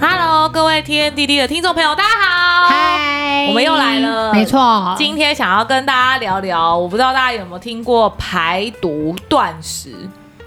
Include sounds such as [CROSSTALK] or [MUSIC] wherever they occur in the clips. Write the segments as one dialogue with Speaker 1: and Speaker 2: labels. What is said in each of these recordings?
Speaker 1: Hello，各位 TNDD 的听众朋友，大家好！
Speaker 2: 嗨，
Speaker 1: 我们又来了
Speaker 2: 没错，
Speaker 1: 今天想要跟大家聊聊，我不知道大家有没有听过排毒断食？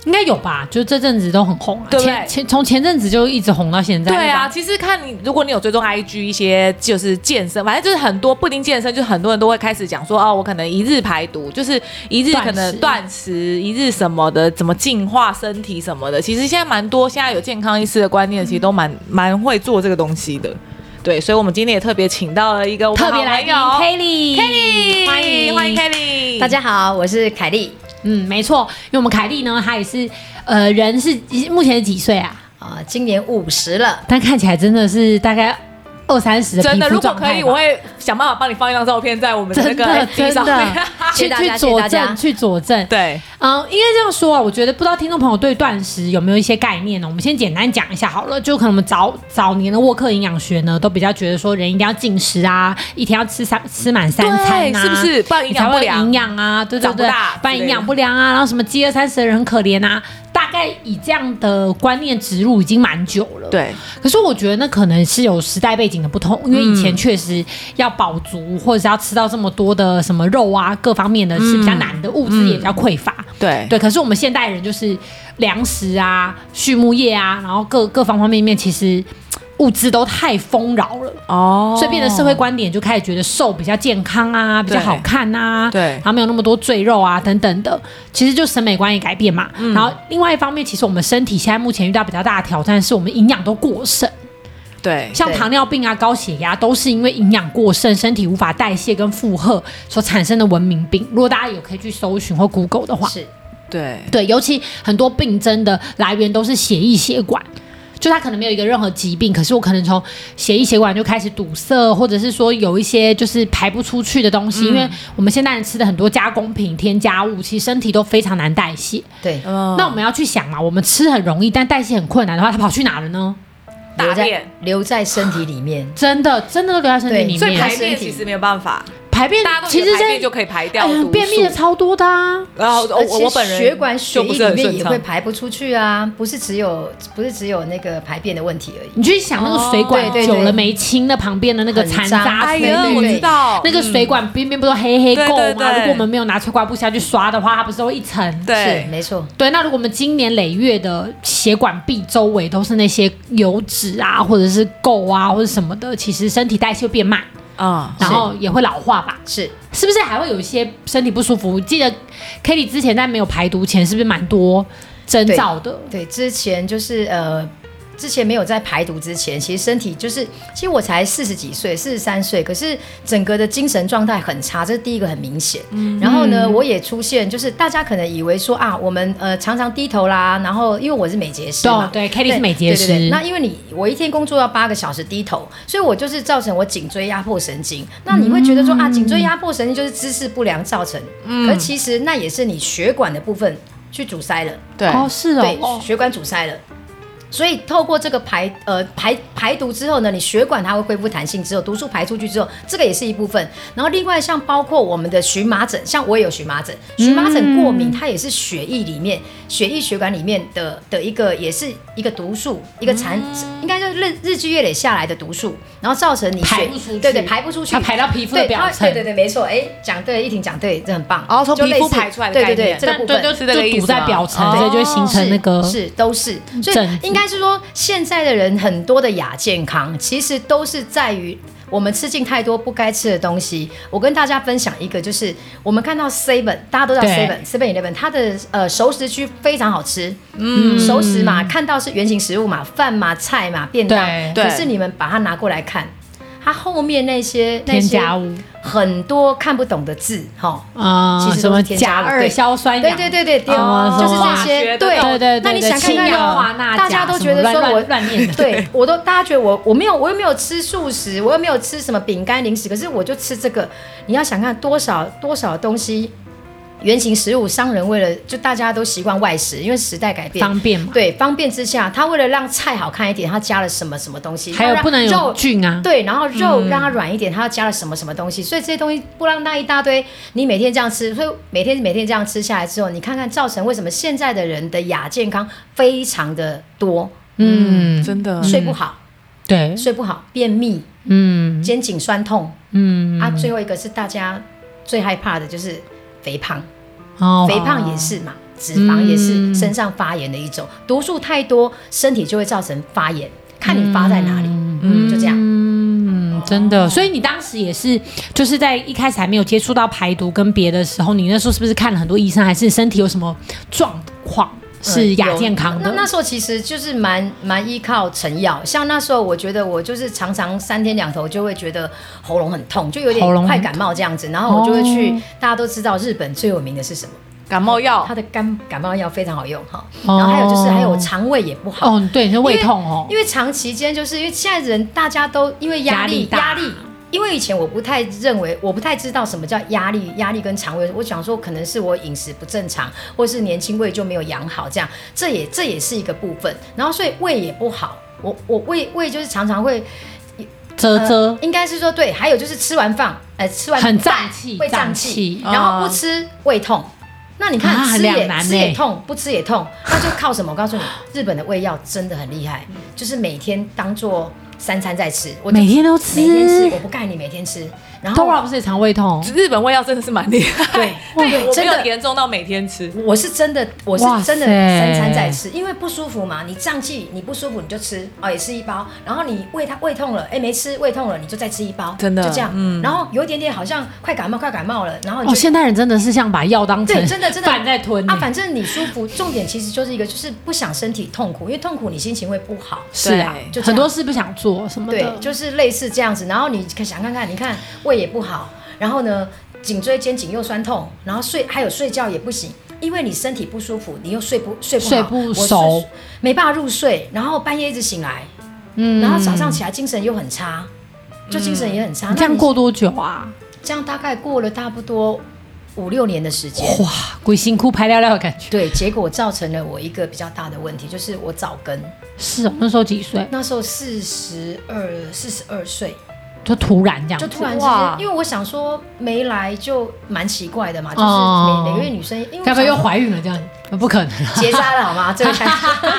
Speaker 2: 应该有吧？就这阵子都很红啊，
Speaker 1: 对不对
Speaker 2: 前前从前阵子就一直红到现在，
Speaker 1: 对啊，
Speaker 2: 吧，
Speaker 1: 其实看你，如果你有追踪 IG 一些就是健身，反正就是很多不一定健身，就是很多人都会开始讲说，哦，我可能一日排毒，就是一日
Speaker 2: 断食
Speaker 1: 可能断食，一日什么的，怎么净化身体什么的。其实现在蛮多，现在有健康意识的观念，其实都蛮蛮会做这个东西的。对，所以我们今天也特别请到了一个我们
Speaker 2: 特别
Speaker 1: 好
Speaker 2: 来
Speaker 1: 朋
Speaker 2: 宾
Speaker 1: 友
Speaker 2: Kelly，
Speaker 1: Kelly，
Speaker 2: 欢迎
Speaker 1: 欢迎 Kelly，
Speaker 3: 大家好，我是凯莉，
Speaker 2: 嗯，没错，因为我们凯莉呢，她也是呃，人是目前是几岁啊？
Speaker 3: 啊、今年五十了，
Speaker 2: 但看起来真的是大概二三十的
Speaker 1: 真
Speaker 2: 皮
Speaker 1: 的，
Speaker 2: 肤
Speaker 1: 如果
Speaker 2: 状
Speaker 1: 可
Speaker 2: 态
Speaker 1: 以，
Speaker 2: 吧
Speaker 1: 我会想办法帮你放一张照片在我们的那
Speaker 2: 真
Speaker 1: 个 [LAUGHS]
Speaker 2: 的
Speaker 1: FB
Speaker 2: 真
Speaker 1: 上
Speaker 2: 的 [LAUGHS]
Speaker 1: 面。
Speaker 2: 去
Speaker 3: 谢谢大
Speaker 2: 去
Speaker 3: 家谢谢
Speaker 2: 佐
Speaker 3: 大家
Speaker 2: 证去佐证，
Speaker 1: 对，
Speaker 2: 嗯，应该这样说啊，我觉得不知道听众朋友对断食有没有一些概念呢？我们先简单讲一下好了，就可能我们早早年的沃克营养学呢，都比较觉得说人一定要进食啊，一天要吃三吃满三餐
Speaker 1: 对
Speaker 2: 啊，
Speaker 1: 是不是不然
Speaker 2: 你
Speaker 1: 营养
Speaker 2: 才
Speaker 1: 不
Speaker 2: 会
Speaker 1: 良
Speaker 2: 营养啊，对对
Speaker 1: 长不
Speaker 2: 对
Speaker 1: 大，
Speaker 2: 不然
Speaker 1: 之
Speaker 2: 营
Speaker 1: 类的
Speaker 2: 养不良啊，然后什么饥饿三十的人很可怜啊，大概以这样的观念植入已经蛮久了。
Speaker 1: 对，
Speaker 2: 可是我觉得那可能是有时代背景的不同，因为以前确实要饱
Speaker 1: 嗯
Speaker 2: 足或者是要吃到这么多的什么肉啊，各方面的是
Speaker 1: 嗯
Speaker 2: 比较难的，物资也比较匮乏。
Speaker 1: 对
Speaker 2: 对，可是我们现代人就是粮食啊、畜牧业啊，然后各各方方面面，其实嘖物资都太丰饶了，
Speaker 1: 哦
Speaker 2: 所以变得社会观点就开始觉得瘦比较健康啊，比较好看啊，
Speaker 1: 对
Speaker 2: 然后没有那么多赘肉啊等等的，其实就审美观也改变嘛。
Speaker 1: 嗯
Speaker 2: 然后另外一方面，其实我们身体现在目前遇到比较大的挑战，是我们营养都过剩。
Speaker 1: 对
Speaker 2: 像
Speaker 3: 对
Speaker 2: 糖尿病啊、高血压都是因为营养过剩，身体无法代谢跟负荷所产生的文明病。如果大家有可以去搜寻或 Google 的话，
Speaker 3: 是
Speaker 1: 对
Speaker 2: 对，尤其很多病症的来源都是血液血管。就他可能没有一个任何疾病，可是我可能从血液血管就开始堵塞，或者是说有一些就是排不出去的东
Speaker 1: 嗯
Speaker 2: 西，因为我们现在人吃的很多加工品、添加物，其实身体都非常难代谢。
Speaker 3: 对，
Speaker 1: 嗯
Speaker 2: 那我们要去想嘛，我们吃很容易，但代谢很困难的话，它跑去哪了呢？
Speaker 1: 大
Speaker 3: 留在
Speaker 1: 便
Speaker 3: 留在身体里面，
Speaker 2: 真的，真的都留在身体
Speaker 3: 对
Speaker 2: 里
Speaker 1: 所以
Speaker 2: 面。
Speaker 1: 排
Speaker 3: 身
Speaker 1: 便其
Speaker 3: 体
Speaker 1: 实没有办法，
Speaker 2: 排便
Speaker 1: 大家都
Speaker 2: 其
Speaker 1: 觉
Speaker 2: 实
Speaker 1: 得排
Speaker 2: 在
Speaker 1: 便就可以排掉
Speaker 2: 哎呀
Speaker 1: 毒素
Speaker 2: 便秘的超多的啊。
Speaker 1: 然后 [LAUGHS] 我
Speaker 3: 而且
Speaker 1: 我我本人
Speaker 3: 血管血
Speaker 1: 就不是
Speaker 3: 液里
Speaker 1: 很
Speaker 3: 面也
Speaker 1: 顺
Speaker 3: 会
Speaker 1: 畅。
Speaker 3: 排不出去啊，不是只有不是只有那个排便的问题而已，
Speaker 2: 你去想那个水管
Speaker 3: 哦对对对
Speaker 2: 久了没清，那旁边的那个残
Speaker 3: 很脏
Speaker 2: 渣
Speaker 1: 哎
Speaker 2: 水
Speaker 1: 呀，
Speaker 2: 渍
Speaker 1: 我知道
Speaker 2: 那个水管边边不都黑黑垢
Speaker 1: 对对
Speaker 2: 吗？
Speaker 1: 对
Speaker 2: 如果我们没有拿吹刮布下去刷的话，它不是会一层？
Speaker 3: 是
Speaker 1: 嗯对
Speaker 3: 没错，
Speaker 2: 对，那如果我们经年累月的血管壁周围都是那些油脂啊，或者是垢啊，或者什么的，其实身体代谢变慢，
Speaker 1: 啊，
Speaker 2: 然后也会老化吧？
Speaker 3: 是
Speaker 2: 是不是还会有一些身体不舒服？记得 Kitty 之前在没有排毒前，是不是蛮多征兆的？
Speaker 3: 对，之前就是呃。之前没有在排毒之前，其实身体就是，其实我才四十几岁，四十三岁，可是整个的精神状态很差，这是第一个很明显。
Speaker 2: 嗯
Speaker 3: 然后呢，我也出现，就是大家可能以为说啊，我们呃常常低头啦，然后因为我是美睫师嘛，
Speaker 2: 对对，Kelly 是美睫师
Speaker 3: 对对对那因为你我一天工作要八个小时低头，所以我就是造成我颈椎压迫神经。那你会觉得说、
Speaker 2: 嗯
Speaker 3: 啊，颈椎压迫神经就是姿势不良造成，嗯，可其实那也是你血管的部分去阻塞了，
Speaker 1: 对
Speaker 2: 哦，是
Speaker 3: 对，
Speaker 2: 哦，
Speaker 3: 血管阻塞了。所以透过这个排呃排排毒之后呢，你血管它会恢复弹性之后，毒素排出去之后，这个也是一部分。然后另外像包括我们的荨麻疹，像我也有荨麻疹，荨麻疹过
Speaker 1: 嗯
Speaker 3: 敏，它也是血液里面血液血管里面的的一个，也是一个毒素，一个残，
Speaker 1: 嗯
Speaker 3: 应该就是日日积月累下来的毒素，然后造成你
Speaker 2: 排
Speaker 3: 血
Speaker 2: 不出去
Speaker 3: 对对排不出去，
Speaker 2: 它排到皮肤的
Speaker 3: 对
Speaker 2: 表
Speaker 3: 它
Speaker 2: 层
Speaker 3: 对对对，没错，哎，讲对，一婷讲对，这很棒。
Speaker 1: 哦从
Speaker 3: 就
Speaker 1: 皮
Speaker 3: 类
Speaker 1: 肤
Speaker 3: 似
Speaker 1: 排出来的
Speaker 3: 对
Speaker 1: 概
Speaker 3: 对对
Speaker 1: 念，
Speaker 3: 这个部
Speaker 2: 对
Speaker 3: 分
Speaker 2: 就是
Speaker 1: 这个意思
Speaker 2: 就堵在
Speaker 1: 吗
Speaker 2: 表层，
Speaker 1: 哦
Speaker 2: 所以就会形成那个
Speaker 3: 是是都是，所
Speaker 2: 症
Speaker 3: 以应该是说现在的人很多的亚健康，其实都是在于。我们吃进太多不该吃的东西。我跟大家分享一个，就是我们看到 Seven，大家都知道
Speaker 2: 对
Speaker 3: Seven，Seven Eleven，它的呃熟食区非常好吃，嗯，熟食嘛，看到是原型食物嘛，饭嘛，菜嘛，便当
Speaker 2: 对，
Speaker 1: 对
Speaker 3: 可是你们把它拿过来看，它后面那些那
Speaker 2: 添
Speaker 3: 些
Speaker 2: 加物
Speaker 3: 很多看不懂的字，哈。
Speaker 2: 啊，
Speaker 3: 其实
Speaker 2: 什
Speaker 3: 都
Speaker 2: 么
Speaker 3: 是添
Speaker 2: 甲
Speaker 3: 加物
Speaker 2: 二
Speaker 3: 对
Speaker 2: 硝酸
Speaker 3: 对
Speaker 2: 氧，
Speaker 3: 对对对，对
Speaker 2: 哦
Speaker 3: 就是
Speaker 2: 化
Speaker 3: 这
Speaker 1: 学
Speaker 3: 些，
Speaker 1: 的
Speaker 3: 对
Speaker 2: 对对对
Speaker 3: 那你
Speaker 2: 对
Speaker 3: 想看
Speaker 2: 氢
Speaker 3: 看
Speaker 2: 氧
Speaker 3: 有
Speaker 2: 化钠
Speaker 3: 大
Speaker 2: 钾
Speaker 3: 家都
Speaker 2: 什
Speaker 3: 觉
Speaker 2: 么
Speaker 3: 得
Speaker 2: 乱
Speaker 3: 说我
Speaker 2: 乱乱念的
Speaker 3: 对我都大家觉得我我没有我又没有吃素食，我又没有吃什么饼干零食，可是我就吃这个。你要想看多少多少东西，原型食物商人为了就大家都习惯外食，因为时代改变，
Speaker 2: [LAUGHS] 方便嘛。
Speaker 3: 对方便之下，他为了让菜好看一点，他加了什么什么东西，
Speaker 2: 还有
Speaker 3: 然后让
Speaker 2: 不能有
Speaker 3: 肉
Speaker 2: 菌啊，
Speaker 3: 对，然后肉让它软一点，它要加了什么什么东西，所以这些东西不让那一大堆，你每天这样吃，所以每天每天这样吃下来之后，你看看造成为什么现在的人的亚健康非常的多，
Speaker 2: 嗯，
Speaker 1: 真的
Speaker 3: 睡不好，
Speaker 2: 对，
Speaker 3: 睡不好，便秘，
Speaker 2: 嗯
Speaker 3: 肩颈酸痛，
Speaker 2: 嗯，
Speaker 3: 啊，最后一个是大家最害怕的就是肥胖，
Speaker 2: 哦
Speaker 3: 肥胖也是嘛。脂肪也是
Speaker 2: 嗯
Speaker 3: 身上发炎的一种，毒素太多，身体就会造成发炎，看你发在哪里，嗯，就这样。
Speaker 2: 嗯，真的。所以你当时也是，就是在一开始还没有接触到排毒跟别的时候，你那时候是不是看了很多医生，还是身体有什么状况是亚健康的？
Speaker 3: 呃那那时候其实就是蛮蛮依靠成药，像那时候我觉得我就是常常三天两头就会觉得喉咙很痛，就有
Speaker 2: 喉咙
Speaker 3: 点快感冒这样子，然后我就会去，
Speaker 2: 哦
Speaker 3: 大家都知道日本最有名的是什么，
Speaker 1: 感冒药
Speaker 3: 它，的感感冒药非常好用哈，
Speaker 2: 哦
Speaker 3: 然后还有就是还有肠胃也不好，
Speaker 2: 哦，对，你是胃痛哦，
Speaker 3: 因为长期间就是因为现在人大家都因为压力
Speaker 2: 压
Speaker 3: 压
Speaker 2: 力大
Speaker 3: 力。因为以前我不太认为，我不太知道什么叫压力，压力跟肠胃，我想说可能是我饮食不正常，或是年轻胃就没有养好，这样，这也这也是一个部分。然后所以胃也不好，我我胃胃就是常常会，
Speaker 2: 啧啧
Speaker 3: 呃，应该是说对，还有就是吃完饭，呃，吃完
Speaker 2: 很
Speaker 3: 饭
Speaker 2: 胀气，
Speaker 3: 会胀气，哦
Speaker 2: 气。
Speaker 3: 然后不吃胃痛。那你看
Speaker 2: 啊
Speaker 3: 吃
Speaker 2: 两
Speaker 3: 也、
Speaker 2: 难
Speaker 3: 吃
Speaker 2: 欸
Speaker 3: 也痛，不吃也痛，那就靠什么？我告诉你，日本的胃药真的很厉害，就是每天当做三餐在吃。我就
Speaker 2: 每天都吃
Speaker 3: 每天吃，我不盖你每天吃。然后
Speaker 2: Dora 不是也常胃痛？
Speaker 1: 日本胃药真的是蛮厉害，
Speaker 3: 对
Speaker 1: 对，我
Speaker 3: 真
Speaker 1: 没有
Speaker 3: 的
Speaker 1: 严重到每天吃，
Speaker 3: 我是真的，我是
Speaker 2: 哇
Speaker 3: 真的
Speaker 2: 塞
Speaker 3: 三餐在吃，因为不舒服嘛，你胀气你不舒服你就吃哦，也吃一包，然后你胃它胃痛了，哎没吃胃痛了你就再吃一包，
Speaker 1: 真的
Speaker 3: 就这样，
Speaker 1: 嗯
Speaker 3: 然后有一点点好像快感冒快感冒了，然后你
Speaker 2: 哦，
Speaker 3: 就
Speaker 2: 现代人真的是像把药当成
Speaker 3: 对，真的真的
Speaker 2: 饭在吞
Speaker 3: 啊。
Speaker 2: 欸
Speaker 3: 反正你舒服，重点其实就是一个，就是不想身体痛苦，因为痛苦你心情会不好。
Speaker 2: 是啊
Speaker 1: 对，
Speaker 3: 就这样
Speaker 2: 很多事不想做什么
Speaker 3: 对
Speaker 2: 的，，
Speaker 3: 就是类似这样子。然后你想看看，你看胃也不好，然后呢，颈椎肩颈又酸痛，然后睡还有睡觉也不行，因为你身体不舒服，你又睡不睡不好
Speaker 2: 睡不
Speaker 3: 我是
Speaker 2: 熟，
Speaker 3: 没办法入睡，然后半夜一直醒来，
Speaker 2: 嗯
Speaker 3: 然后早上起来精神又很差，就精神也很差。
Speaker 2: 嗯你这
Speaker 3: 那
Speaker 2: 样
Speaker 3: 你
Speaker 2: 过多久啊？
Speaker 3: 这样大概过了差不多五六年的时间。
Speaker 2: 哇，鬼辛苦排尿尿的感觉。
Speaker 3: 对，结果造成了我一个比较大的问题，就是我早更。
Speaker 2: 是哦，那时候几岁？
Speaker 3: 那时候四十二，四十二岁，
Speaker 2: 就突然这样子，
Speaker 3: 就突然之
Speaker 1: 哇
Speaker 3: 间，因为我想说没来就蛮奇怪的嘛，就是每、
Speaker 2: 哦
Speaker 3: 每个月女生，因为
Speaker 2: 该不会又
Speaker 3: 我想说
Speaker 2: 怀孕了这样？不可能，啊
Speaker 3: [LAUGHS] 结扎了
Speaker 2: [LAUGHS]
Speaker 3: 好吗？这个才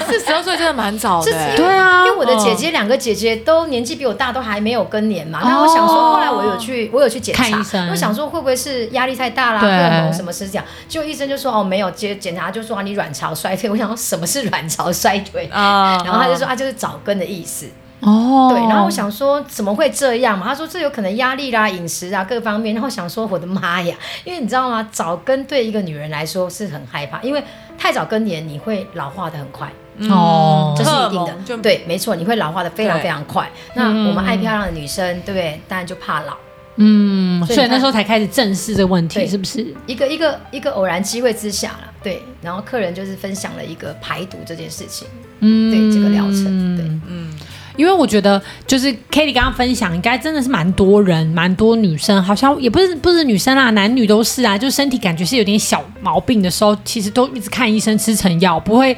Speaker 1: 四十二岁真的蛮
Speaker 3: [LAUGHS]
Speaker 1: 早
Speaker 3: 这
Speaker 1: 的欸，
Speaker 3: 是因为
Speaker 2: 对啊
Speaker 3: 因为我的姐姐两个姐姐都年纪比我大，都还没有更年嘛。那我想
Speaker 2: 哦
Speaker 3: 说，后来我有去，我有去检查，
Speaker 2: 看医生
Speaker 3: 我想说会不会是压力太大啦，
Speaker 2: 对
Speaker 3: 荷尔蒙什么事这样？就医生就说哦没有，检检查就说啊你卵巢衰退。我想说什么是卵巢衰退？
Speaker 1: 啊
Speaker 3: 然后他就说啊就是早更的意思。
Speaker 2: 哦，
Speaker 3: 对，然后我想说怎么会这样嘛？他说这有可能压力啦、饮食啊各方面。然后想说我的妈呀，因为你知道吗，早更对一个女人来说是很害怕，因为太早更年你会老化的很快，
Speaker 2: 哦
Speaker 3: 这是一
Speaker 1: 荷尔蒙就
Speaker 3: 定的。对，没错，你会老化的非常
Speaker 1: 对
Speaker 3: 非常快。那我们爱漂亮的女生，对不对？当然就怕老。
Speaker 2: 嗯，
Speaker 3: 所以
Speaker 2: 所以
Speaker 3: 你看
Speaker 2: 那时候才开始正视这个问题，
Speaker 3: 对
Speaker 2: 是不是？
Speaker 3: 一个一个一个偶然机会之下了，对，然后客人就是分享了一个排毒这件事情，
Speaker 2: 嗯，
Speaker 3: 对这个疗程，对。
Speaker 1: 嗯，
Speaker 2: 因为我觉得就是 Kitty 刚刚分享，应该真的是蛮多人，蛮多女生，好像也不是不是女生啦，男女都是啊，就身体感觉是有点小毛病的时候，其实都一直看医生吃成药，不会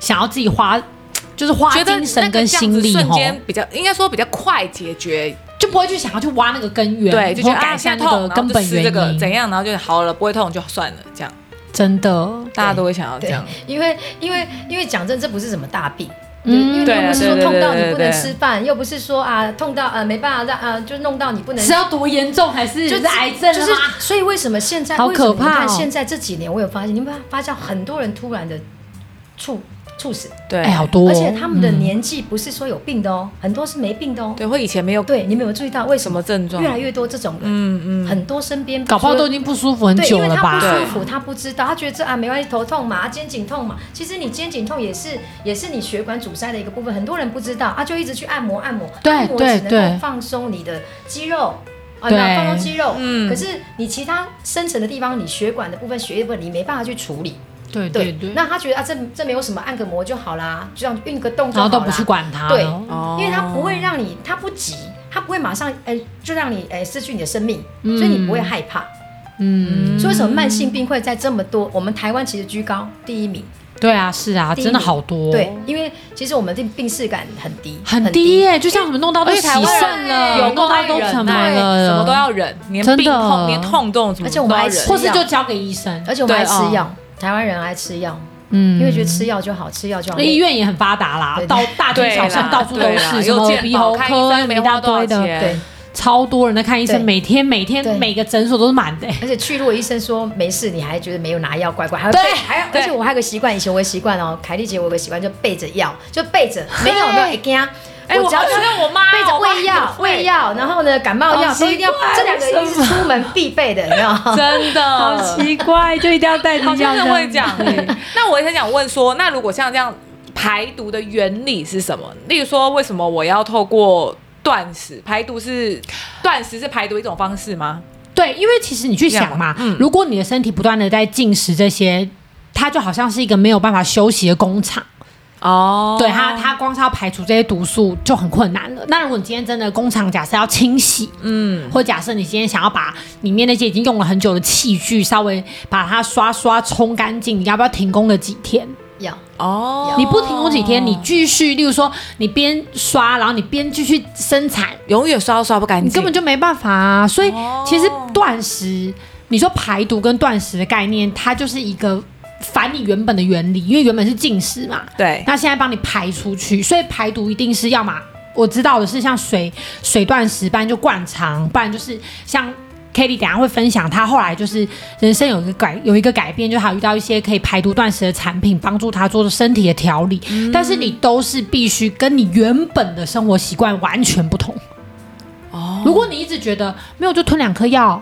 Speaker 2: 想要自己花，就是花
Speaker 1: 觉得
Speaker 2: 精神
Speaker 1: 那个
Speaker 2: 跟
Speaker 1: 这样
Speaker 2: 心
Speaker 1: 子
Speaker 2: 力
Speaker 1: 瞬
Speaker 2: 吼，
Speaker 1: 间比较，应该说比较快解决，
Speaker 2: 就不会去想要去挖那个根源，
Speaker 1: 对，就觉
Speaker 2: 或
Speaker 1: 得啊
Speaker 2: 改善
Speaker 1: 现在
Speaker 2: 那
Speaker 1: 痛，
Speaker 2: 个
Speaker 1: 然后
Speaker 2: 根
Speaker 1: 就
Speaker 2: 本
Speaker 1: 吃
Speaker 2: 原
Speaker 1: 这个
Speaker 2: 因，
Speaker 1: 怎样，然后就好了，不会痛就算了，这样
Speaker 2: 真的。
Speaker 1: 大家都会想要这
Speaker 3: 对
Speaker 1: 样，，
Speaker 3: 因为因为因为讲真，这不是什么大病。
Speaker 2: 嗯
Speaker 3: 对因为
Speaker 1: 对
Speaker 3: 又
Speaker 1: 啊
Speaker 3: 不是
Speaker 1: 对
Speaker 3: 说
Speaker 1: 对
Speaker 3: 痛
Speaker 1: 对
Speaker 3: 到
Speaker 1: 对
Speaker 3: 你不
Speaker 1: 对
Speaker 3: 能吃饭，又不是说啊痛到啊没办法让啊就弄到你不能
Speaker 2: 是，要多严重还是
Speaker 3: 就是
Speaker 2: 癌症啊哎
Speaker 3: 就
Speaker 2: 了
Speaker 3: 是
Speaker 2: 吗？
Speaker 3: 所以为什么现在
Speaker 2: 好可怕哦
Speaker 3: 为什么你看现在这几年我有发现，你们发现很多人突然的猝猝死，
Speaker 1: 对，
Speaker 2: 哎，好多、哦，
Speaker 3: 而且他们的
Speaker 2: 嗯
Speaker 3: 年纪不是说有病的哦，很多是没病的哦。
Speaker 1: 对，或以前没有
Speaker 3: 对，你们有注意到为
Speaker 1: 什
Speaker 3: 什
Speaker 1: 么
Speaker 3: 么
Speaker 1: 症状，
Speaker 3: 越
Speaker 2: 啊
Speaker 3: 来越多这种人？
Speaker 1: 嗯嗯，
Speaker 3: 很多身边
Speaker 2: 搞不好
Speaker 3: 除了
Speaker 2: 都已经不舒服很
Speaker 3: 对，
Speaker 2: 久
Speaker 3: 因为
Speaker 2: 了吧？
Speaker 3: 他
Speaker 1: 对
Speaker 3: 不舒服，他不知道，他觉得这啊没关系，头痛嘛，啊肩颈痛嘛。其实你肩颈痛也是也是你血管阻塞的一个部分，很多人不知道啊，就一直去按摩按摩，
Speaker 2: 对
Speaker 3: 按摩
Speaker 2: 对
Speaker 3: 只能
Speaker 2: 对
Speaker 3: 够放松你的肌肉。啊，
Speaker 2: 对
Speaker 3: 那放松肌肉，
Speaker 1: 嗯
Speaker 3: 可是你其他深层的地方，你血管的部分、血液部分，你没办法去处理。
Speaker 2: 对
Speaker 3: 对
Speaker 2: 对对，
Speaker 3: 那他觉得啊，这这没有什么，按个摩就好啦，就这样运个动就
Speaker 2: 然
Speaker 3: 好
Speaker 2: 后
Speaker 3: 啦。
Speaker 2: 都不去管他，
Speaker 3: 对
Speaker 1: 哦
Speaker 3: 因为它不会让你，它不急，它不会马上哎、就让你哎、失去你的生命，所以你不会害怕。
Speaker 2: 嗯，
Speaker 3: 所以为什么慢性病会在这么多？我们台湾其实居高第一名，
Speaker 2: 对啊，是啊，
Speaker 3: 第一
Speaker 2: 真的好多，
Speaker 3: 对，，因为其实我们的病视感很低，
Speaker 2: 很低耶、就像什么弄到都
Speaker 1: 而
Speaker 2: 洗
Speaker 1: 且台湾
Speaker 2: 肾了，
Speaker 1: 有
Speaker 2: 弄到
Speaker 1: 耐
Speaker 2: 都
Speaker 1: 忍
Speaker 2: 什么
Speaker 1: 耐
Speaker 2: 了，
Speaker 1: 什么都，要忍，连
Speaker 2: 真
Speaker 1: 病
Speaker 2: 的
Speaker 1: 痛、连痛这种什么
Speaker 3: 而且我
Speaker 1: 都
Speaker 3: 们
Speaker 1: 要
Speaker 3: 还
Speaker 1: 忍
Speaker 3: 吃
Speaker 2: 或是就交给医生，
Speaker 3: 而且我们还
Speaker 1: 对哦
Speaker 3: 吃药，台湾人爱吃药，
Speaker 2: 嗯
Speaker 3: 因为觉得吃药就好，吃药就好
Speaker 1: 哎
Speaker 2: 那。医院也很发达啦，
Speaker 3: 对
Speaker 2: 到大街
Speaker 1: 对
Speaker 2: 小巷
Speaker 1: 啦
Speaker 2: 到处都
Speaker 1: 对啦
Speaker 2: 是，什
Speaker 1: 又
Speaker 2: 么
Speaker 1: 健
Speaker 2: 鼻
Speaker 1: 保
Speaker 2: 喉
Speaker 1: 看医
Speaker 2: 科
Speaker 1: 生
Speaker 2: 啊，
Speaker 1: 没
Speaker 2: 一
Speaker 1: 花
Speaker 2: 大
Speaker 1: 多少
Speaker 2: 堆的，
Speaker 1: 钱
Speaker 3: 对，
Speaker 2: 超多人在看医生，
Speaker 3: 对
Speaker 2: 每天每天
Speaker 3: 对
Speaker 2: 每个诊所都是满的、
Speaker 3: 而且去如果医生说没事，你还觉得没有拿药，乖乖，还要
Speaker 2: 对
Speaker 3: 背还要，
Speaker 1: 对
Speaker 3: 而且我还有个习惯，以前我的习惯哦，凯丽姐我有个习惯就背着药，就背着，没有没有，一惊，
Speaker 1: 哎，我
Speaker 3: 只要
Speaker 1: 好
Speaker 3: 去
Speaker 1: 想要我妈
Speaker 3: 背着胃药、胃
Speaker 1: 喂，
Speaker 3: 药，然后呢感冒药
Speaker 2: 好奇
Speaker 3: 都一定要
Speaker 2: 怪，
Speaker 3: 这两个一定
Speaker 2: 为
Speaker 3: 是出门必备的，有没有？
Speaker 1: 真的
Speaker 3: 嗯
Speaker 2: 好奇怪，就一定要带着
Speaker 1: 好
Speaker 2: 药
Speaker 1: 像是会
Speaker 2: 这
Speaker 1: 讲
Speaker 2: 样子
Speaker 1: 欸、
Speaker 3: [LAUGHS]
Speaker 1: [LAUGHS] 那我也很想问说，那如果像这样排毒的原理是什么？例如说，为什么我要透过断食排毒是断食是排毒一种方式吗？
Speaker 2: 对，因为其实你去想嘛，
Speaker 1: 这样嗯
Speaker 2: 如果你的身体不断的在进食这些，它就好像是一个没有办法休息的工厂。
Speaker 1: 哦
Speaker 2: 对它，它光是要排除这些毒素就很困难了。那如果你今天真的工厂假设要清洗，
Speaker 1: 嗯，
Speaker 2: 或假设你今天想要把里面那些已经用了很久的器具稍微把它刷刷冲干净，你要不要停工个几天？
Speaker 3: 药。
Speaker 1: 哦
Speaker 2: 你不停工几天，你继续，例如说你边刷，然后你边继续生产，
Speaker 1: 永远刷都刷不干净，
Speaker 2: 你根本就没办法啊。所以
Speaker 1: 哦
Speaker 2: 其实断食，你说排毒跟断食的概念，它就是一个反你原本的原理，因为原本是进食嘛，
Speaker 1: 对
Speaker 2: 那现在帮你排出去，所以排毒一定是要嘛，我知道的是像水水断食，不然就灌肠，不然就是像。k a t i e 等一下会分享，她后来就是人生有一个改有一个改变，就还有遇到一些可以排毒断食的产品，帮助她做身体的调理。
Speaker 1: 嗯
Speaker 2: 但是你都是必须跟你原本的生活习惯完全不同。
Speaker 1: 哦
Speaker 2: 如果你一直觉得没有就吞两颗药，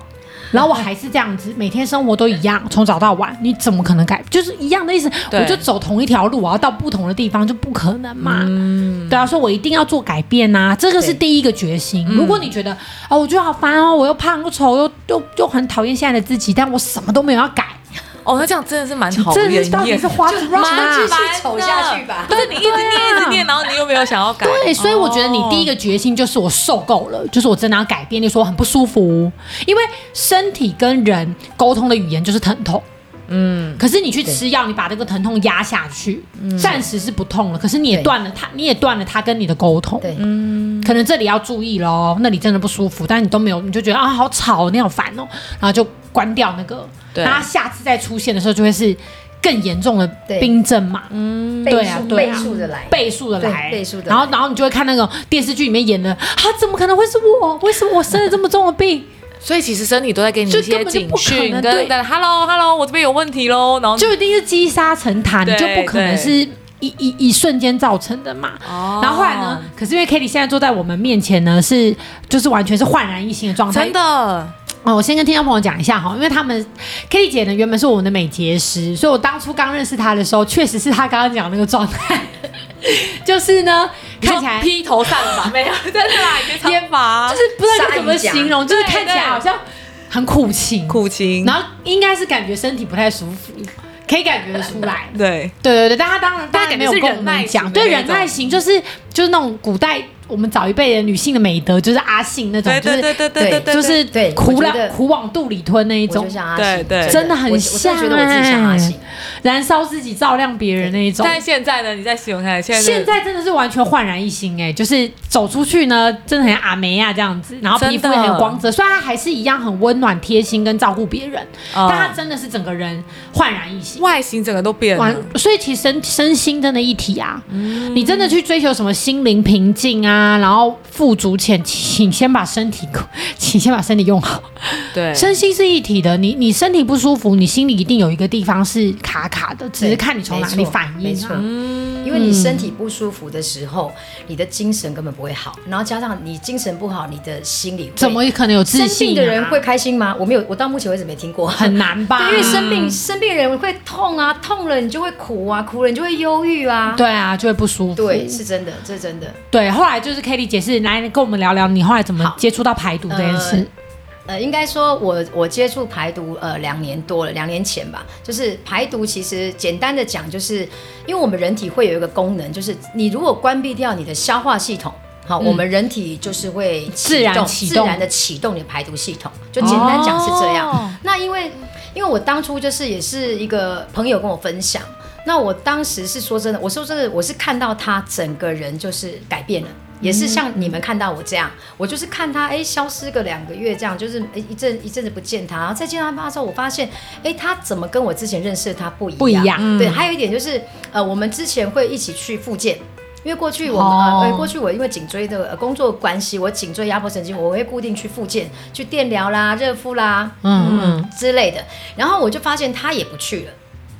Speaker 2: 然后我还是这样子，每天生活都一样，从早到晚，你怎么可能改？就是一样的意思，
Speaker 1: 对
Speaker 2: 我就走同一条路，我要到不同的地方就不可能嘛。
Speaker 1: 嗯
Speaker 2: 对啊，所以我一定要做改变呐、这个是
Speaker 3: 对
Speaker 2: 第一个决心。
Speaker 1: 嗯
Speaker 2: 如果你觉得哦，我觉得好烦哦，我又胖又丑又又又很讨厌现在的自己，但我什么都没有要改，
Speaker 1: 哦，那这样真的是蛮讨
Speaker 2: 这
Speaker 1: 厌
Speaker 2: 是到底
Speaker 1: 厌
Speaker 2: 是花枝乱
Speaker 3: 妈
Speaker 2: 麻
Speaker 3: 继。续丑下去吧
Speaker 1: 不是你一直念一直念，然后你又没有想要改，
Speaker 2: 对，所以我觉得你第一
Speaker 1: 个
Speaker 3: 哦
Speaker 2: 个决心就是我受够了，就是我真的要改变。你说我很不舒服，因为身体跟人沟通的语言就是疼痛。嗯，可是你去吃药，你把这个疼痛压下去，暂时是不痛了，可是你也
Speaker 3: 嗯对
Speaker 2: 断了它，你也断了它跟你的沟通。
Speaker 3: 对，
Speaker 2: 可能这里要注意喽，那里真的不舒服，但你都没有，你就觉得啊好吵，你好烦哦，然后就关掉那个，
Speaker 1: 对
Speaker 2: 然后它下次再出现的时候就会是更严重的
Speaker 3: 对嗯
Speaker 2: 病症嘛。对
Speaker 3: 倍
Speaker 2: 啊
Speaker 3: 数
Speaker 2: 对
Speaker 3: 倍
Speaker 2: 啊
Speaker 3: 数的来，
Speaker 2: 倍数的来，
Speaker 3: 对倍数的来
Speaker 2: 然后然后你就会看那种电视剧里面演的，啊，怎么可能会是我？为什么我生了这么重的病？
Speaker 1: 所以其实身体都在给你一
Speaker 2: 这根
Speaker 1: 些
Speaker 2: 本就
Speaker 1: 警
Speaker 2: 不可
Speaker 1: 讯，
Speaker 2: 能
Speaker 1: 跟
Speaker 2: 对
Speaker 1: 跟 Hello Hello，我这边有问题喽，然后
Speaker 2: 就一定是积沙成塔，你
Speaker 1: 对
Speaker 2: 就不可能
Speaker 1: 对
Speaker 2: 是一一一瞬间造成的嘛。
Speaker 1: 哦
Speaker 2: 然后后来呢？可是因为 k a t i e 现在坐在我们面前呢，是就是完全是焕然一新的状态
Speaker 1: 真。的
Speaker 2: 哦，我先跟听众朋友讲一下哈，因为他们 k a t i e 姐呢原本是我们的美睫师，所以我当初刚认识她的时候，确实是她刚刚讲的那个状态， [LAUGHS] 就是呢看起来
Speaker 1: 你说披头散发， [LAUGHS] 没有真的啦，你别
Speaker 2: 也
Speaker 1: 长发，
Speaker 2: 啊就是不知道该怎么形容，就是
Speaker 1: 对
Speaker 2: 看起来好像很苦情，
Speaker 1: 苦情，。
Speaker 2: 然后应该是感觉身体不太舒 [LAUGHS] 服，可以感觉得出来
Speaker 1: 对
Speaker 2: [LAUGHS] 对对对，但他当然当
Speaker 1: 感觉
Speaker 2: 然没有
Speaker 1: 是
Speaker 2: 跟我
Speaker 1: 忍耐
Speaker 2: 们讲，
Speaker 1: 型的
Speaker 2: 对
Speaker 1: 那
Speaker 2: 忍
Speaker 1: 种
Speaker 2: 耐型就是就是那种古代我们早一辈的女性的美德，就是阿信那种，
Speaker 1: 对
Speaker 2: 就
Speaker 1: 对
Speaker 2: 是
Speaker 1: 对对对对对，
Speaker 2: 就是
Speaker 3: 对
Speaker 2: 苦
Speaker 3: 我觉
Speaker 2: 往
Speaker 3: 得
Speaker 2: 苦往肚里吞那一
Speaker 3: 我就
Speaker 2: 种，
Speaker 3: 像阿
Speaker 1: 对
Speaker 3: 信，
Speaker 1: 对
Speaker 2: 真的很
Speaker 3: 我
Speaker 2: 像
Speaker 3: 我真的觉得我自己像阿信，
Speaker 2: 燃烧自己照亮别人那一种。
Speaker 1: 但现在呢？你再形容看，现在
Speaker 2: 现在真的是完全焕然一新哎、就是走出去呢，真的很像阿梅啊亚这样子，然后皮肤
Speaker 1: 真
Speaker 2: 也
Speaker 1: 的
Speaker 2: 很有光泽，虽然她还是一样很温暖、贴心跟照顾别人，
Speaker 1: 哦
Speaker 3: 嗯
Speaker 2: 但她真的是整个人焕然一新。
Speaker 1: 外形整个都变
Speaker 2: 完
Speaker 3: 嗯
Speaker 1: 了，，
Speaker 2: 所以其实身身心真的一体啊，你真的去追求什么心灵平静啊，啊，然后富足前，请先把身体， [LAUGHS] 请先把身体用好。
Speaker 1: 对，
Speaker 2: 身心是一体的，你你身体不舒服，你心里一定有一个地方是卡卡的，只是看你从哪里反
Speaker 3: 没
Speaker 2: 应
Speaker 3: 错
Speaker 2: 啊。
Speaker 3: 因为你身体不舒服的时候，你的精神根本不会好，然后加上你精神不好，你的心理会
Speaker 2: 怎么可能有自
Speaker 3: 生
Speaker 2: 信、
Speaker 3: 病
Speaker 2: 啊？
Speaker 3: 的人会开心吗？我没有，我到目前为止没听过。
Speaker 2: 很难吧？
Speaker 3: 对，因为生病，生病人会痛啊，痛了你就会苦啊，苦了你就会忧郁啊。
Speaker 2: 对啊，就会不舒服。
Speaker 3: 对，是真的，这是真的。
Speaker 2: 对，后来就是 k a t i e 解释，来跟我们聊聊你后来怎么
Speaker 3: 好
Speaker 2: 接触到排毒这件事。
Speaker 3: 呃，应该说我我接触排毒呃两年多了，两年前吧。就是排毒，其实简单的讲，就是因为我们人体会有一个功能，就是你如果关闭掉你的消化系统。好，我们人体就是会启
Speaker 2: 嗯自然
Speaker 3: 动
Speaker 2: 启
Speaker 3: 自
Speaker 2: 动
Speaker 3: 然的启动你的排毒系统，就简单讲是这样。
Speaker 2: 哦
Speaker 3: 那因为因为我当初就是也是一个朋友跟我分享，那我当时是说真的，我说真的，我是看到他整个人就是改变
Speaker 2: 嗯
Speaker 3: 了。也是像你们看到我这样，我就是看他哎、消失个两个月这样，就是哎一阵一阵子不见他，然后再见到他之后，我发现哎、他怎么跟我之前认识的他不一样？
Speaker 2: 不一样嗯
Speaker 3: 对，还有一点就是呃我们之前会一起去复健，因为过去我们、
Speaker 2: 哦
Speaker 3: 呃对过去我因为颈椎的、呃工作关系，我颈椎压迫神经，我会固定去复健，去电疗啦、热敷啦，
Speaker 2: 嗯嗯，
Speaker 3: 之类的。然后我就发现他也不去了，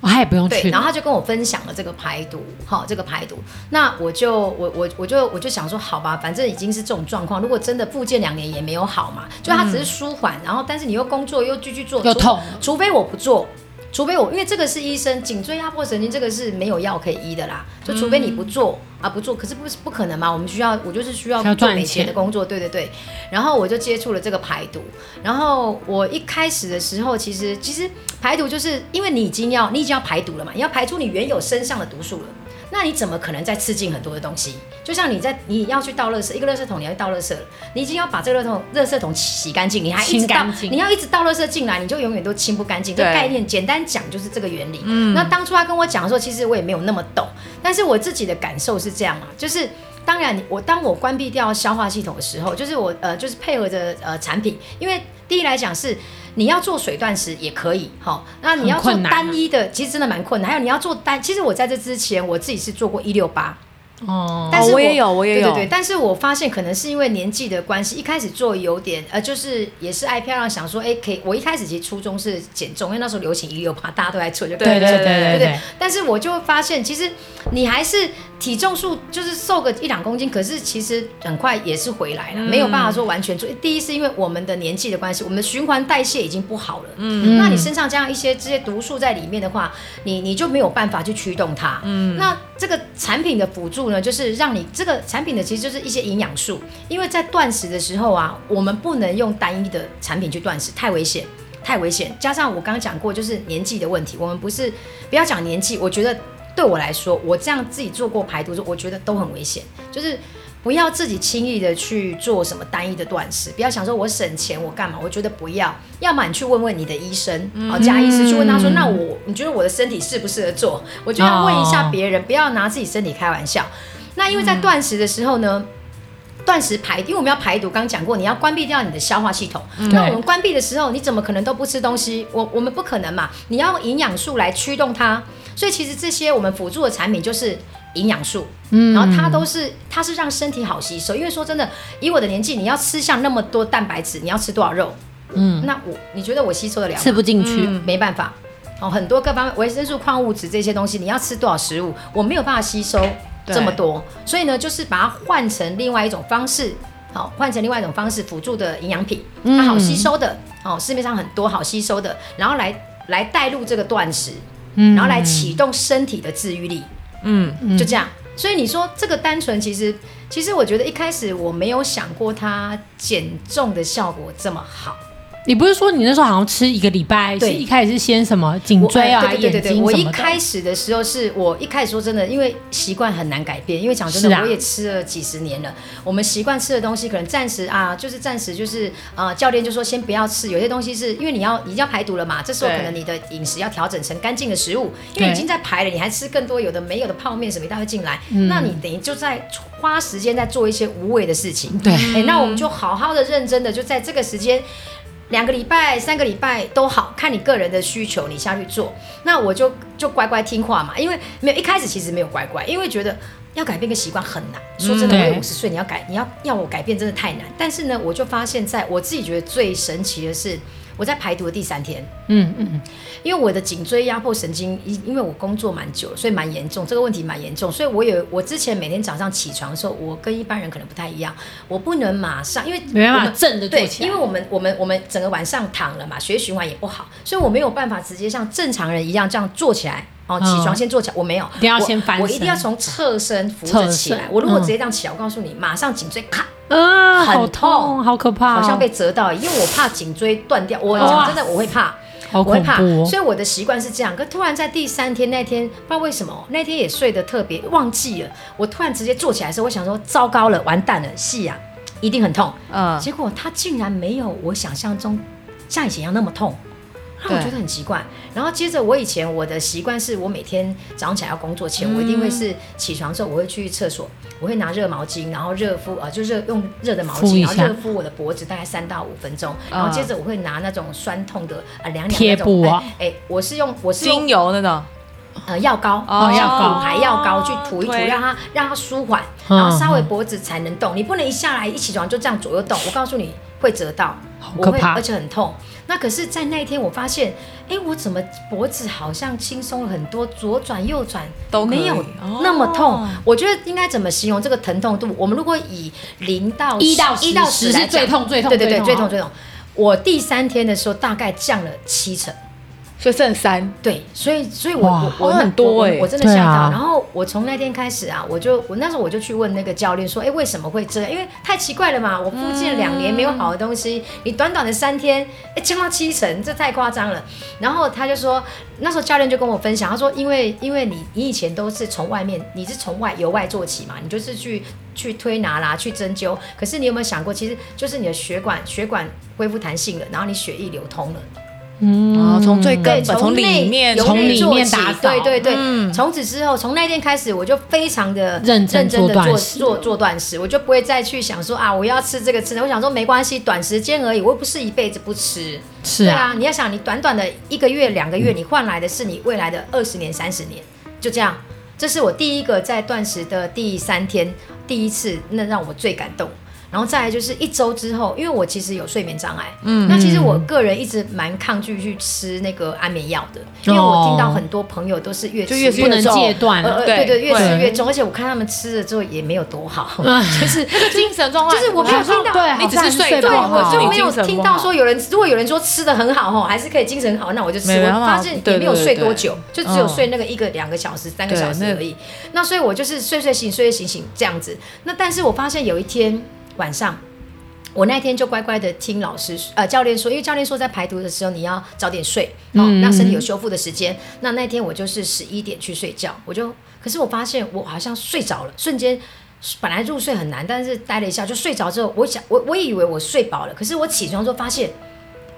Speaker 2: 我哦他也不用
Speaker 3: 对，
Speaker 2: 去
Speaker 3: 然。后他就跟我分享了这个排毒，好，这个排毒。那我就我我我就我就想说，好吧，反正已经是这种状况，如果真的复健两年也没有好嘛，就他只是舒缓，然后但是你又工作又继续做，
Speaker 2: 嗯又
Speaker 3: 除
Speaker 2: 痛了
Speaker 3: 除非我不做。除非我，因为这个是医生颈椎压迫神经，这个是没有药可以医的啦。就除非你不做、啊，不做，可是不是不可能嘛？我们需要，我就是需要
Speaker 2: 需要
Speaker 3: 做
Speaker 2: 赚
Speaker 3: 每天
Speaker 2: 钱
Speaker 3: 的工作，对对对。然后我就接触了这个排毒，然后我一开始的时候，其实其实排毒就是因为你已经要你已经要排毒了嘛，你要排出你原有身上的毒素了。那你怎么可能再吃进很多的东西？就像你在你要去倒垃圾，一个垃圾桶你要去倒垃圾了，你已经要把这个垃圾桶垃圾桶洗干净，你还一直
Speaker 2: 清
Speaker 3: 倒
Speaker 2: 干，净
Speaker 3: 你要一直倒垃圾进来，你就永远都清不干净。这
Speaker 1: 对
Speaker 3: 概念简单讲就是这个原理。嗯，那当初他跟我讲的时候，其实我也没有那么懂，但是我自己的感受是这样啊，就是。当然，我当我关闭掉消化系统的时候，就是我呃，就是配合着呃产品，因为第一来讲是你要做水断食也可以，好、那你要
Speaker 2: 很
Speaker 3: 做
Speaker 2: 困难啊
Speaker 3: 单一的，其实真的蛮困难。还有你要做单，其实我在这之前我自己是做过一六八，
Speaker 2: 哦，
Speaker 3: 但是
Speaker 1: 哦我也有我也有
Speaker 3: 对对对，但是我发现可能是因为年纪的关系，一开始做有点呃，就是也是爱漂亮，想说哎，可以。我一开始其实初衷是减重，因为那时候流行一六八，大家都在做，就
Speaker 2: 对对对对
Speaker 3: 对
Speaker 2: 对
Speaker 3: 对。但是我就会发现，其实你还是体重数就是瘦个一两公斤，可是其实很快也是回来了，没有办法说完全做。第一是因为我们的年纪的关系，我们的循环代谢已经不好了，嗯，那你身上加上一些这些毒素在里面的话，你你就没有办法去驱动它，嗯，那这个产品的辅助呢，就是让你这个产品的其实就是一些营养素，因为在断食的时候啊，我们不能用单一的产品去断食，太危险。太危险，加上我刚刚讲过，就是年纪的问题。我们不是不要讲年纪，我觉得对我来说，我这样自己做过排毒，我觉得都很危险，就是。不要自己轻易的去做什么单一的断食，不要想说我省钱我干嘛，我觉得不要。要么你去问问你的医生，哦，加医师去问他说，那我你觉得我的身体适不适合做？我就要问一下
Speaker 2: 哦
Speaker 3: 别人，不要拿自己身体开玩笑。那因为在断食的时候呢，断食排，因为我们要排毒，刚讲过，你要关闭掉你的消化系统。那我们关闭的时候，你怎么可能都不吃东西？我我们不可能嘛，你要用营养素来驱动它。所以其实这些我们辅助的产品就是营养素，嗯，然后它都是它是让身体好吸收。因为说真的，以我的年纪，你要吃下那么多蛋白质，你要吃多少肉？嗯，那我你觉得我吸收得了吗？
Speaker 2: 吃不进去，
Speaker 3: 嗯没办法。哦，很多各方面维生素、矿物质这些东西，你要吃多少食物，我没有办法吸收
Speaker 1: 对
Speaker 3: 这么多，所以呢，就是把它换成另外一种方式，好、换成另外一种方式辅助的营养品，它好吸收的，哦，市面上很多好吸收的，然后来来带入这个断食，
Speaker 2: 嗯
Speaker 3: 嗯然后来启动身体的治愈力，嗯，就这样。所以你说这个单纯，其实其实我觉得一开始我没有想过它减重的效果这么好。
Speaker 2: 你不是说你那时候好像吃一个礼拜？是
Speaker 3: 对
Speaker 2: 一开始是先什么颈
Speaker 3: 我
Speaker 2: 椎啊、
Speaker 3: 哎对对对对
Speaker 2: 眼
Speaker 3: 对，
Speaker 2: 睛
Speaker 3: 我
Speaker 2: 什
Speaker 3: 一
Speaker 2: 么的？
Speaker 3: 开始的时候是我一开始说真的，因为习惯很难改变，因为讲真
Speaker 2: 是
Speaker 3: 的，
Speaker 2: 啊
Speaker 3: 我也吃了几十年了，我们习惯吃的东西可能暂时啊，就是暂时就是呃，教练就说先不要吃，有些东西是因为你要你要排毒了嘛，这时候
Speaker 1: 对
Speaker 3: 可能你的饮食要调整成干净的食物，因
Speaker 2: 对
Speaker 3: 为已经在排了，你还吃更多有的没有的泡面什么一大堆进来，
Speaker 2: 嗯
Speaker 3: 那你等于就在花时间在做一些无谓的事情。
Speaker 2: 对
Speaker 3: 哎、那我们就好好的、认真的，就在这个时间两个礼拜、三个礼拜都好看你个人的需求，你下去做。那我就就乖乖听话嘛，因为没有一开始其实没有乖乖，因为觉得要改变个习惯很难。说真的，
Speaker 2: 嗯
Speaker 3: 我
Speaker 2: 对
Speaker 3: 五十岁，你要改，你要要我改变真的太难。但是呢，我就发现在我自己觉得最神奇的是，我在排毒的第三天，
Speaker 2: 嗯嗯，
Speaker 3: 因为我的颈椎压迫神经，因因为我工作蛮久了，所以蛮严重，这个问题蛮严重，所以我有我之前每天早上起床的时候，我跟一般人可能不太一样，我不能马上，因为
Speaker 2: 没办
Speaker 3: 我
Speaker 2: 法
Speaker 3: 们
Speaker 2: 正的做
Speaker 3: 对，
Speaker 2: 起来，
Speaker 3: 因为我们我们我们整个晚上躺了嘛，血液循环也不好，所以我没有办法直接像正常人一样这样坐起来。哦，
Speaker 2: 嗯
Speaker 3: 起床先坐起来，我没有，
Speaker 2: 一定要
Speaker 3: 我
Speaker 2: 先翻身
Speaker 3: 我一定要从侧身扶
Speaker 2: 侧
Speaker 3: 着
Speaker 2: 身
Speaker 3: 起来。我如果
Speaker 2: 嗯
Speaker 3: 直接这样起来，我告诉你，马上颈椎咔
Speaker 2: 啊，
Speaker 3: 很
Speaker 2: 好
Speaker 3: 痛
Speaker 2: 好可怕哦，
Speaker 3: 好像被折到，因为我怕颈椎断掉。我
Speaker 2: 哇
Speaker 3: 讲真的，我会怕，
Speaker 2: 好
Speaker 3: 我会
Speaker 2: 恐
Speaker 3: 怕。
Speaker 2: 怖哦
Speaker 3: 所以我的习惯是这样。可突然在第三天那天，不知道为什么那天也睡得特别，忘记了。我突然直接坐起来的时候，我想说糟糕了，完蛋了，戏啊，一定很痛。
Speaker 1: 嗯，
Speaker 3: 结果它竟然没有我想象中像以前一样那么痛，让我
Speaker 1: 对
Speaker 3: 觉得很奇怪。然后接着我以前我的习惯是我每天早上起来要工作
Speaker 2: 嗯
Speaker 3: 前，我一定会是起床之后我会去厕所，我会拿热毛巾，然后热敷啊、呃就热用热的毛
Speaker 2: 嗯敷
Speaker 3: 巾，
Speaker 2: 一
Speaker 3: 然后
Speaker 2: 下
Speaker 3: 热敷我的脖子大概三到五分钟，
Speaker 1: 嗯
Speaker 3: 然后接着我会拿那种酸痛的呃凉凉
Speaker 2: 贴
Speaker 3: 那
Speaker 2: 布
Speaker 3: 种，
Speaker 2: 啊
Speaker 3: 哎哎，我是用我是用
Speaker 1: 精油那种，
Speaker 3: 呃药膏，
Speaker 1: 哦
Speaker 3: 像
Speaker 2: 药膏
Speaker 3: 骨牌药膏去涂一涂，
Speaker 1: 推
Speaker 3: 让它让它舒缓，
Speaker 2: 嗯
Speaker 3: 然后稍微脖子才能动。你不能一下来一起床就这样左右动，我告诉你会折到，我
Speaker 2: 可
Speaker 3: 会
Speaker 2: 怕
Speaker 3: 而且很痛。那可是，在那一天我发现，哎，我怎么脖子好像轻松了很多，左转右转
Speaker 1: 都可以
Speaker 3: 没有
Speaker 1: 哦
Speaker 3: 那么痛。我觉得应该怎么形容这个疼痛度？我们如果以零到
Speaker 2: 一到
Speaker 3: 一到
Speaker 2: 十
Speaker 3: 十
Speaker 2: 是
Speaker 3: 来
Speaker 2: 最
Speaker 3: 讲
Speaker 2: 痛最痛
Speaker 3: 对对对，
Speaker 2: 最
Speaker 3: 最
Speaker 2: 痛啊
Speaker 3: 痛最痛。我第三天的时候大概降了七成。
Speaker 4: 所以剩三，
Speaker 3: 对，所以所以我，
Speaker 2: 哇
Speaker 3: 我我哎
Speaker 1: 哦很多欸
Speaker 3: 我我真的吓
Speaker 2: 对
Speaker 3: 到。
Speaker 2: 啊
Speaker 3: 然后我从那天开始啊，我就我那时候我就去问那个教练说，哎、为什么会这样？因为太奇怪了嘛，我复健两年没有好的东西，
Speaker 2: 嗯
Speaker 3: 你短短的三天，哎、降到七成，这太夸张了。然后他就说，那时候教练就跟我分享，他说，因为因为你你以前都是从外面，你是从外由外做起嘛，你就是去去推拿啦，去针灸。可是你有没有想过，其实就是你的血管血管恢复弹性了，然后你血液流通了。
Speaker 4: 然后从最
Speaker 3: 对，
Speaker 4: 根本
Speaker 1: 嗯
Speaker 3: 从
Speaker 1: 哦从里
Speaker 3: 内
Speaker 1: 面
Speaker 3: 由
Speaker 2: 从
Speaker 3: 内
Speaker 2: 里
Speaker 3: 做
Speaker 2: 面
Speaker 3: 起
Speaker 2: 打扫
Speaker 3: 对对对，
Speaker 1: 嗯
Speaker 3: 从此之后，从那天开始，我就非常的
Speaker 2: 认真做
Speaker 3: 的
Speaker 2: 断
Speaker 3: 做
Speaker 2: 食
Speaker 3: 做做断食，我就不会再去想说啊，我要吃这个吃那个。我想说没关系，短时间而已，我又不是一辈子不吃。
Speaker 2: 是
Speaker 3: 对
Speaker 2: 啊，
Speaker 3: 啊，你要想，你短短的一个月、两个月，你换来的是你未来的二十年、三十年，就这样。这是我第一个在断食的第三天，第一次，那让我最感动。然后再来就是一周之后，因为我其实有睡眠障碍，嗯，那其实我个人一直蛮抗拒去吃那个安眠药的，因为我听到很多朋友都是越吃
Speaker 4: 就越吃
Speaker 2: 不能
Speaker 4: 越重
Speaker 2: 戒断
Speaker 3: 呃
Speaker 2: 啊，
Speaker 3: 呃
Speaker 1: 对
Speaker 3: 对对，越吃
Speaker 2: 会
Speaker 3: 越重，而且我看他们吃了之后也没有多好，
Speaker 2: 就是
Speaker 1: 精神状态
Speaker 3: 就是我没有听到
Speaker 2: 对，
Speaker 1: 你只是睡
Speaker 2: 对
Speaker 1: 不
Speaker 3: 对，
Speaker 1: 好
Speaker 3: 我就没有
Speaker 1: 精神不
Speaker 3: 听到
Speaker 1: 好
Speaker 3: 说有人，如果有人说吃的很好吼，还是可以精神好，那我就吃。
Speaker 1: 没办
Speaker 3: 我
Speaker 1: 法
Speaker 3: 发现也没有
Speaker 1: 对对
Speaker 3: 睡
Speaker 1: 对
Speaker 3: 多久，就只有
Speaker 1: 嗯
Speaker 3: 睡那个一个两个小时、三个
Speaker 1: 对
Speaker 3: 小时
Speaker 1: 那
Speaker 3: 而已。那所以我就是睡睡醒、睡睡醒醒这样子。那但是我发现有一天晚上。我那天就乖乖的听老师呃教练说，因为教练说在排毒的时候你要早点睡哦，那身体有修复的时间。那那天我就是十一点去睡觉，我就可是我发现我好像睡着了，瞬间本来入睡很难，但是待了一下就睡着之后，我想我我以为我睡饱了，可是我起床之后发现，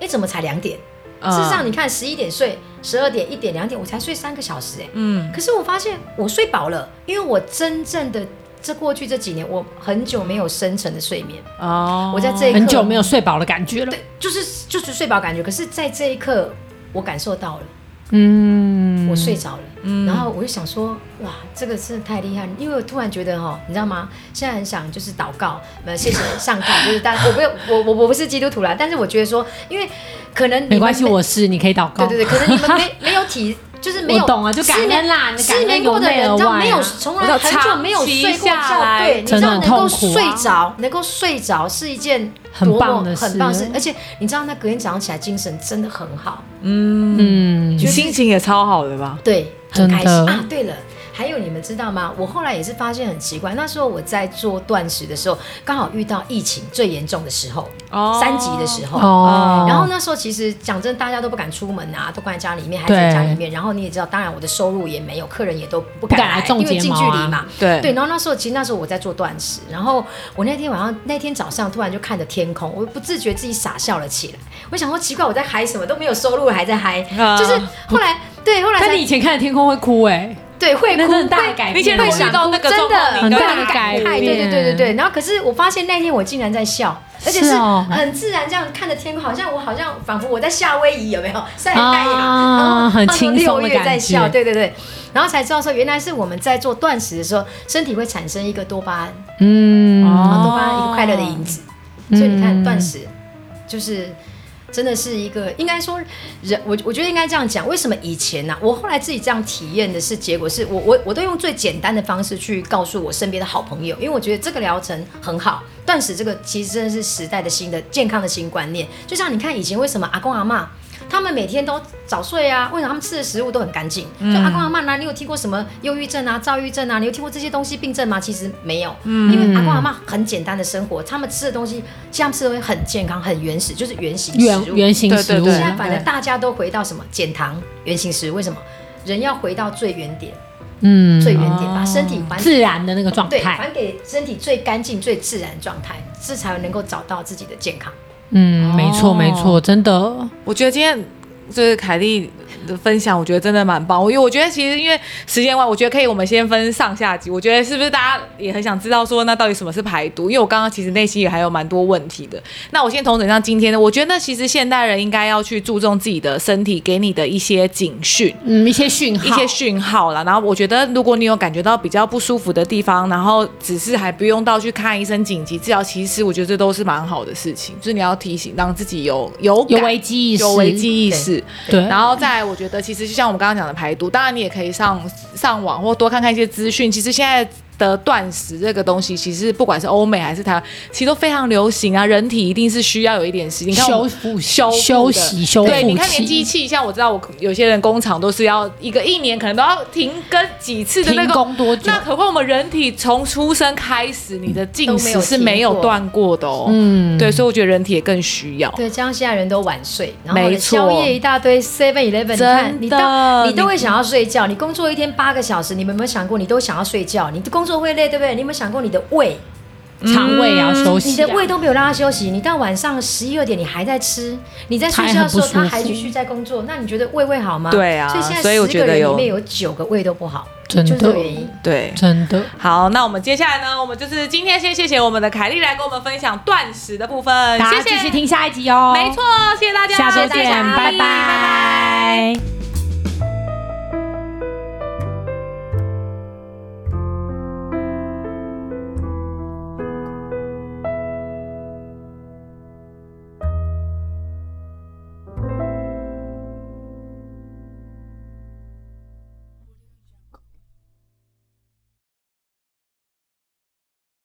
Speaker 3: 哎怎么才两点？
Speaker 1: 嗯
Speaker 3: 事实上你看十一点睡，十二点一点两点我才睡三个小时哎、
Speaker 1: 嗯，
Speaker 3: 可是我发现我睡饱了，因为我真正的这过去这几年我很久没有深层的睡眠，
Speaker 1: 哦，
Speaker 3: 我在这一刻
Speaker 2: 很久没有睡饱的感觉了。
Speaker 3: 对，就是就是睡饱感觉。可是，在这一刻，我感受到了，
Speaker 2: 嗯，
Speaker 3: 我睡着了。然后我就想说，哇，这个真的太厉害了！因为我突然觉得哈，你知道吗？现在很想就是祷告，呃，谢谢上帝，就是但我不我我我不是基督徒啦，但是我觉得说，因为可能你们
Speaker 2: 没关系，我是你可以祷告。
Speaker 3: 对对对，可能你们没没有体。就是没有，
Speaker 2: 我懂啊就感恩啦
Speaker 3: 失
Speaker 2: 你感恩
Speaker 3: 眠失眠过的人，
Speaker 2: 由内而
Speaker 3: 你知道
Speaker 2: 外啊
Speaker 3: 没有，从
Speaker 1: 我知道
Speaker 3: 来很久没有睡过
Speaker 1: 长期下
Speaker 3: 觉，
Speaker 1: 来
Speaker 3: 对，你
Speaker 2: 真
Speaker 3: 知道
Speaker 2: 的很
Speaker 3: 能
Speaker 2: 痛
Speaker 3: 够
Speaker 2: 苦啊
Speaker 3: 睡着，能够睡着是一件
Speaker 2: 很
Speaker 3: 多么
Speaker 2: 棒的事
Speaker 3: 很棒的事，而且你知道，那隔天早上起来精神真的很好，
Speaker 2: 嗯，
Speaker 1: 你心情也超好的吧？
Speaker 3: 对，很开心
Speaker 2: 真的
Speaker 3: 啊。对了，还有你们知道吗？我后来也是发现很奇怪，那时候我在做断食的时候，刚好遇到疫情最严重的时候，
Speaker 1: 哦
Speaker 3: 三级的时候。
Speaker 2: 哦，
Speaker 3: 然后那时候其实讲真，大家都不敢出门啊，都关在家里面，还
Speaker 2: 对
Speaker 3: 在家里面。然后你也知道，当然我的收入也没有，客人也都不
Speaker 2: 不
Speaker 3: 敢
Speaker 2: 敢来
Speaker 3: 来，
Speaker 2: 种
Speaker 3: 因为
Speaker 2: 睫
Speaker 3: 近
Speaker 2: 毛啊
Speaker 3: 距离嘛。
Speaker 1: 对
Speaker 3: 对，然后那时候其实那时候我在做断食，然后我那天晚上那天早上突然就看着天空，我不自觉自己傻笑了起来。我想说奇怪，我在嗨什么都没有收入，还在嗨，
Speaker 1: 啊
Speaker 3: 就是后来对后来才
Speaker 2: 但你以前看的天空会哭哎，
Speaker 3: 对会
Speaker 2: 那
Speaker 3: 哭
Speaker 2: 真的大
Speaker 3: 会
Speaker 2: 改变哦
Speaker 1: 你现在如
Speaker 2: 会
Speaker 1: 果
Speaker 2: 想
Speaker 1: 遇到那个
Speaker 3: 真
Speaker 1: 状
Speaker 3: 的
Speaker 1: 况，你应该
Speaker 2: 很大
Speaker 1: 会
Speaker 2: 的改
Speaker 3: 态，对对
Speaker 2: 变
Speaker 3: 对对对。然后可是我发现那天我竟然在笑，而且
Speaker 2: 是
Speaker 3: 是
Speaker 2: 哦
Speaker 3: 很自然这样看着天空，好像我好像仿佛我在夏威夷有没 [LAUGHS] 有晒太阳，
Speaker 2: 啊
Speaker 3: 然后
Speaker 2: 很
Speaker 3: 放
Speaker 2: 轻
Speaker 3: 六
Speaker 2: 松的
Speaker 3: 月
Speaker 2: 感
Speaker 3: 在
Speaker 2: 觉
Speaker 3: 笑，对对对。然后才知道说，原来是我们在做断食的时候，身体会产生一个多巴胺，
Speaker 2: 嗯，
Speaker 1: 哦
Speaker 3: 多巴胺一个快乐的因子。所以你看，断食就是真的是一个，应该说人，我我觉得应该这样讲。为什么以前呢、我后来自己这样体验的是，结果是我我我都用最简单的方式去告诉我身边的好朋友，因为我觉得这个疗程很好。断食这个其实真的是时代的新的健康的新观念。就像你看以前为什么阿公阿妈。他们每天都早睡啊，为什么他们吃的食物都很干净？就阿公阿妈呢，你有听过什么忧郁症啊、躁郁症啊？你有听过这些东西病症吗？其实没有，因为阿公阿妈很简单的生活，他们吃的东西，像他们吃的东西很健康、很原始，就是原形食
Speaker 2: 圆
Speaker 3: 物。
Speaker 2: 圆形食物
Speaker 3: 现在
Speaker 1: 对
Speaker 3: 反正大家都回到什么减糖、原形食物，为什么？人要回到最原点，
Speaker 2: 嗯，
Speaker 3: 最原点，
Speaker 1: 哦
Speaker 3: 把身体还
Speaker 2: 自然的那个状
Speaker 3: 对
Speaker 2: 态，
Speaker 3: 还给身体最干净、最自然状态，这才能够找到自己的健康。
Speaker 2: 嗯，没错
Speaker 1: 哦
Speaker 2: 没错，真的，
Speaker 1: 我觉得今天就是凯莉的分享，我觉得真的蛮棒。因为我觉得其实因为时间外，我觉得可以我们先分上下集。我觉得是不是大家也很想知道说，那到底什么是排毒？因为我刚刚其实内心也还有蛮多问题的。那我先同整上今天的，我觉得其实现代人应该要去注重自己的身体给你的一些警讯。
Speaker 2: 嗯，一些讯号，
Speaker 1: 一些讯号啦。然后我觉得，如果你有感觉到比较不舒服的地方，然后只是还不用到去看医生紧急治疗，其实我觉得这都是蛮好的事情。就是你要提醒，让自己有有
Speaker 2: 有
Speaker 1: 感
Speaker 2: 危机意识，
Speaker 1: 有危机意识。
Speaker 2: 对，
Speaker 1: 然后再来，我觉得其实就像我们刚刚讲的排毒，当然你也可以上上网或多看看一些资讯。其实现在。的断食这个东西，其实不管是欧美还是台湾，其实都非常流行啊。人体一定是需要有一点时间你看我
Speaker 2: 修
Speaker 1: 们
Speaker 2: 复
Speaker 1: 修
Speaker 2: 休
Speaker 1: 复的
Speaker 2: 息修
Speaker 1: 对，你
Speaker 2: 复
Speaker 1: 看连机
Speaker 2: 期，
Speaker 1: 器，像我知道我有些人工厂都是要一个一年可能都要停更几次的那
Speaker 2: 停
Speaker 1: 个。
Speaker 2: 工多久
Speaker 1: 那？何况我们人体从出生开始，你的进
Speaker 3: 都没
Speaker 1: 食
Speaker 3: 有
Speaker 1: 是
Speaker 3: 停
Speaker 1: 没有
Speaker 3: 过
Speaker 1: 断过的哦。
Speaker 2: 嗯
Speaker 1: 对，所以我觉得人体也更需要。
Speaker 3: 对，加上现在人都晚睡，然后
Speaker 1: 没
Speaker 3: 呢
Speaker 1: 错
Speaker 3: 宵夜一大堆，Seven Eleven，你看
Speaker 1: 真
Speaker 3: 你
Speaker 1: 的
Speaker 3: 到你都
Speaker 1: 你
Speaker 3: 会想要睡觉。你工作一天八个小时，你们有没有想过，你都想要睡觉？你的工作会累，对不对？你有没有想过你的胃，
Speaker 2: 肠胃也要休息啊，
Speaker 3: 你的胃都没有让它休息，你到晚上十一二点你还在吃，你在睡觉的时候
Speaker 2: 它也很不舒服
Speaker 3: 它还继续在工作，那你觉得胃会好吗？
Speaker 1: 对啊
Speaker 3: 所以现在
Speaker 1: 所以我
Speaker 3: 十
Speaker 1: 觉
Speaker 3: 个
Speaker 1: 得
Speaker 3: 人
Speaker 1: 有
Speaker 3: 里面有九个胃都不好，
Speaker 2: 真的
Speaker 3: 就是这个原因。
Speaker 1: 对，
Speaker 2: 真的，
Speaker 1: 好，那我们接下来呢，我们就是今天先谢谢我们的凯莉来跟我们分享断食的部分，
Speaker 2: 大家
Speaker 1: 谢
Speaker 2: 继
Speaker 1: 谢，
Speaker 2: 续听下一集哦，
Speaker 1: 没错，，谢谢大家，
Speaker 2: 下周
Speaker 1: 谢谢
Speaker 2: 见，
Speaker 1: 凯莉
Speaker 2: 拜
Speaker 1: 拜拜
Speaker 2: 拜。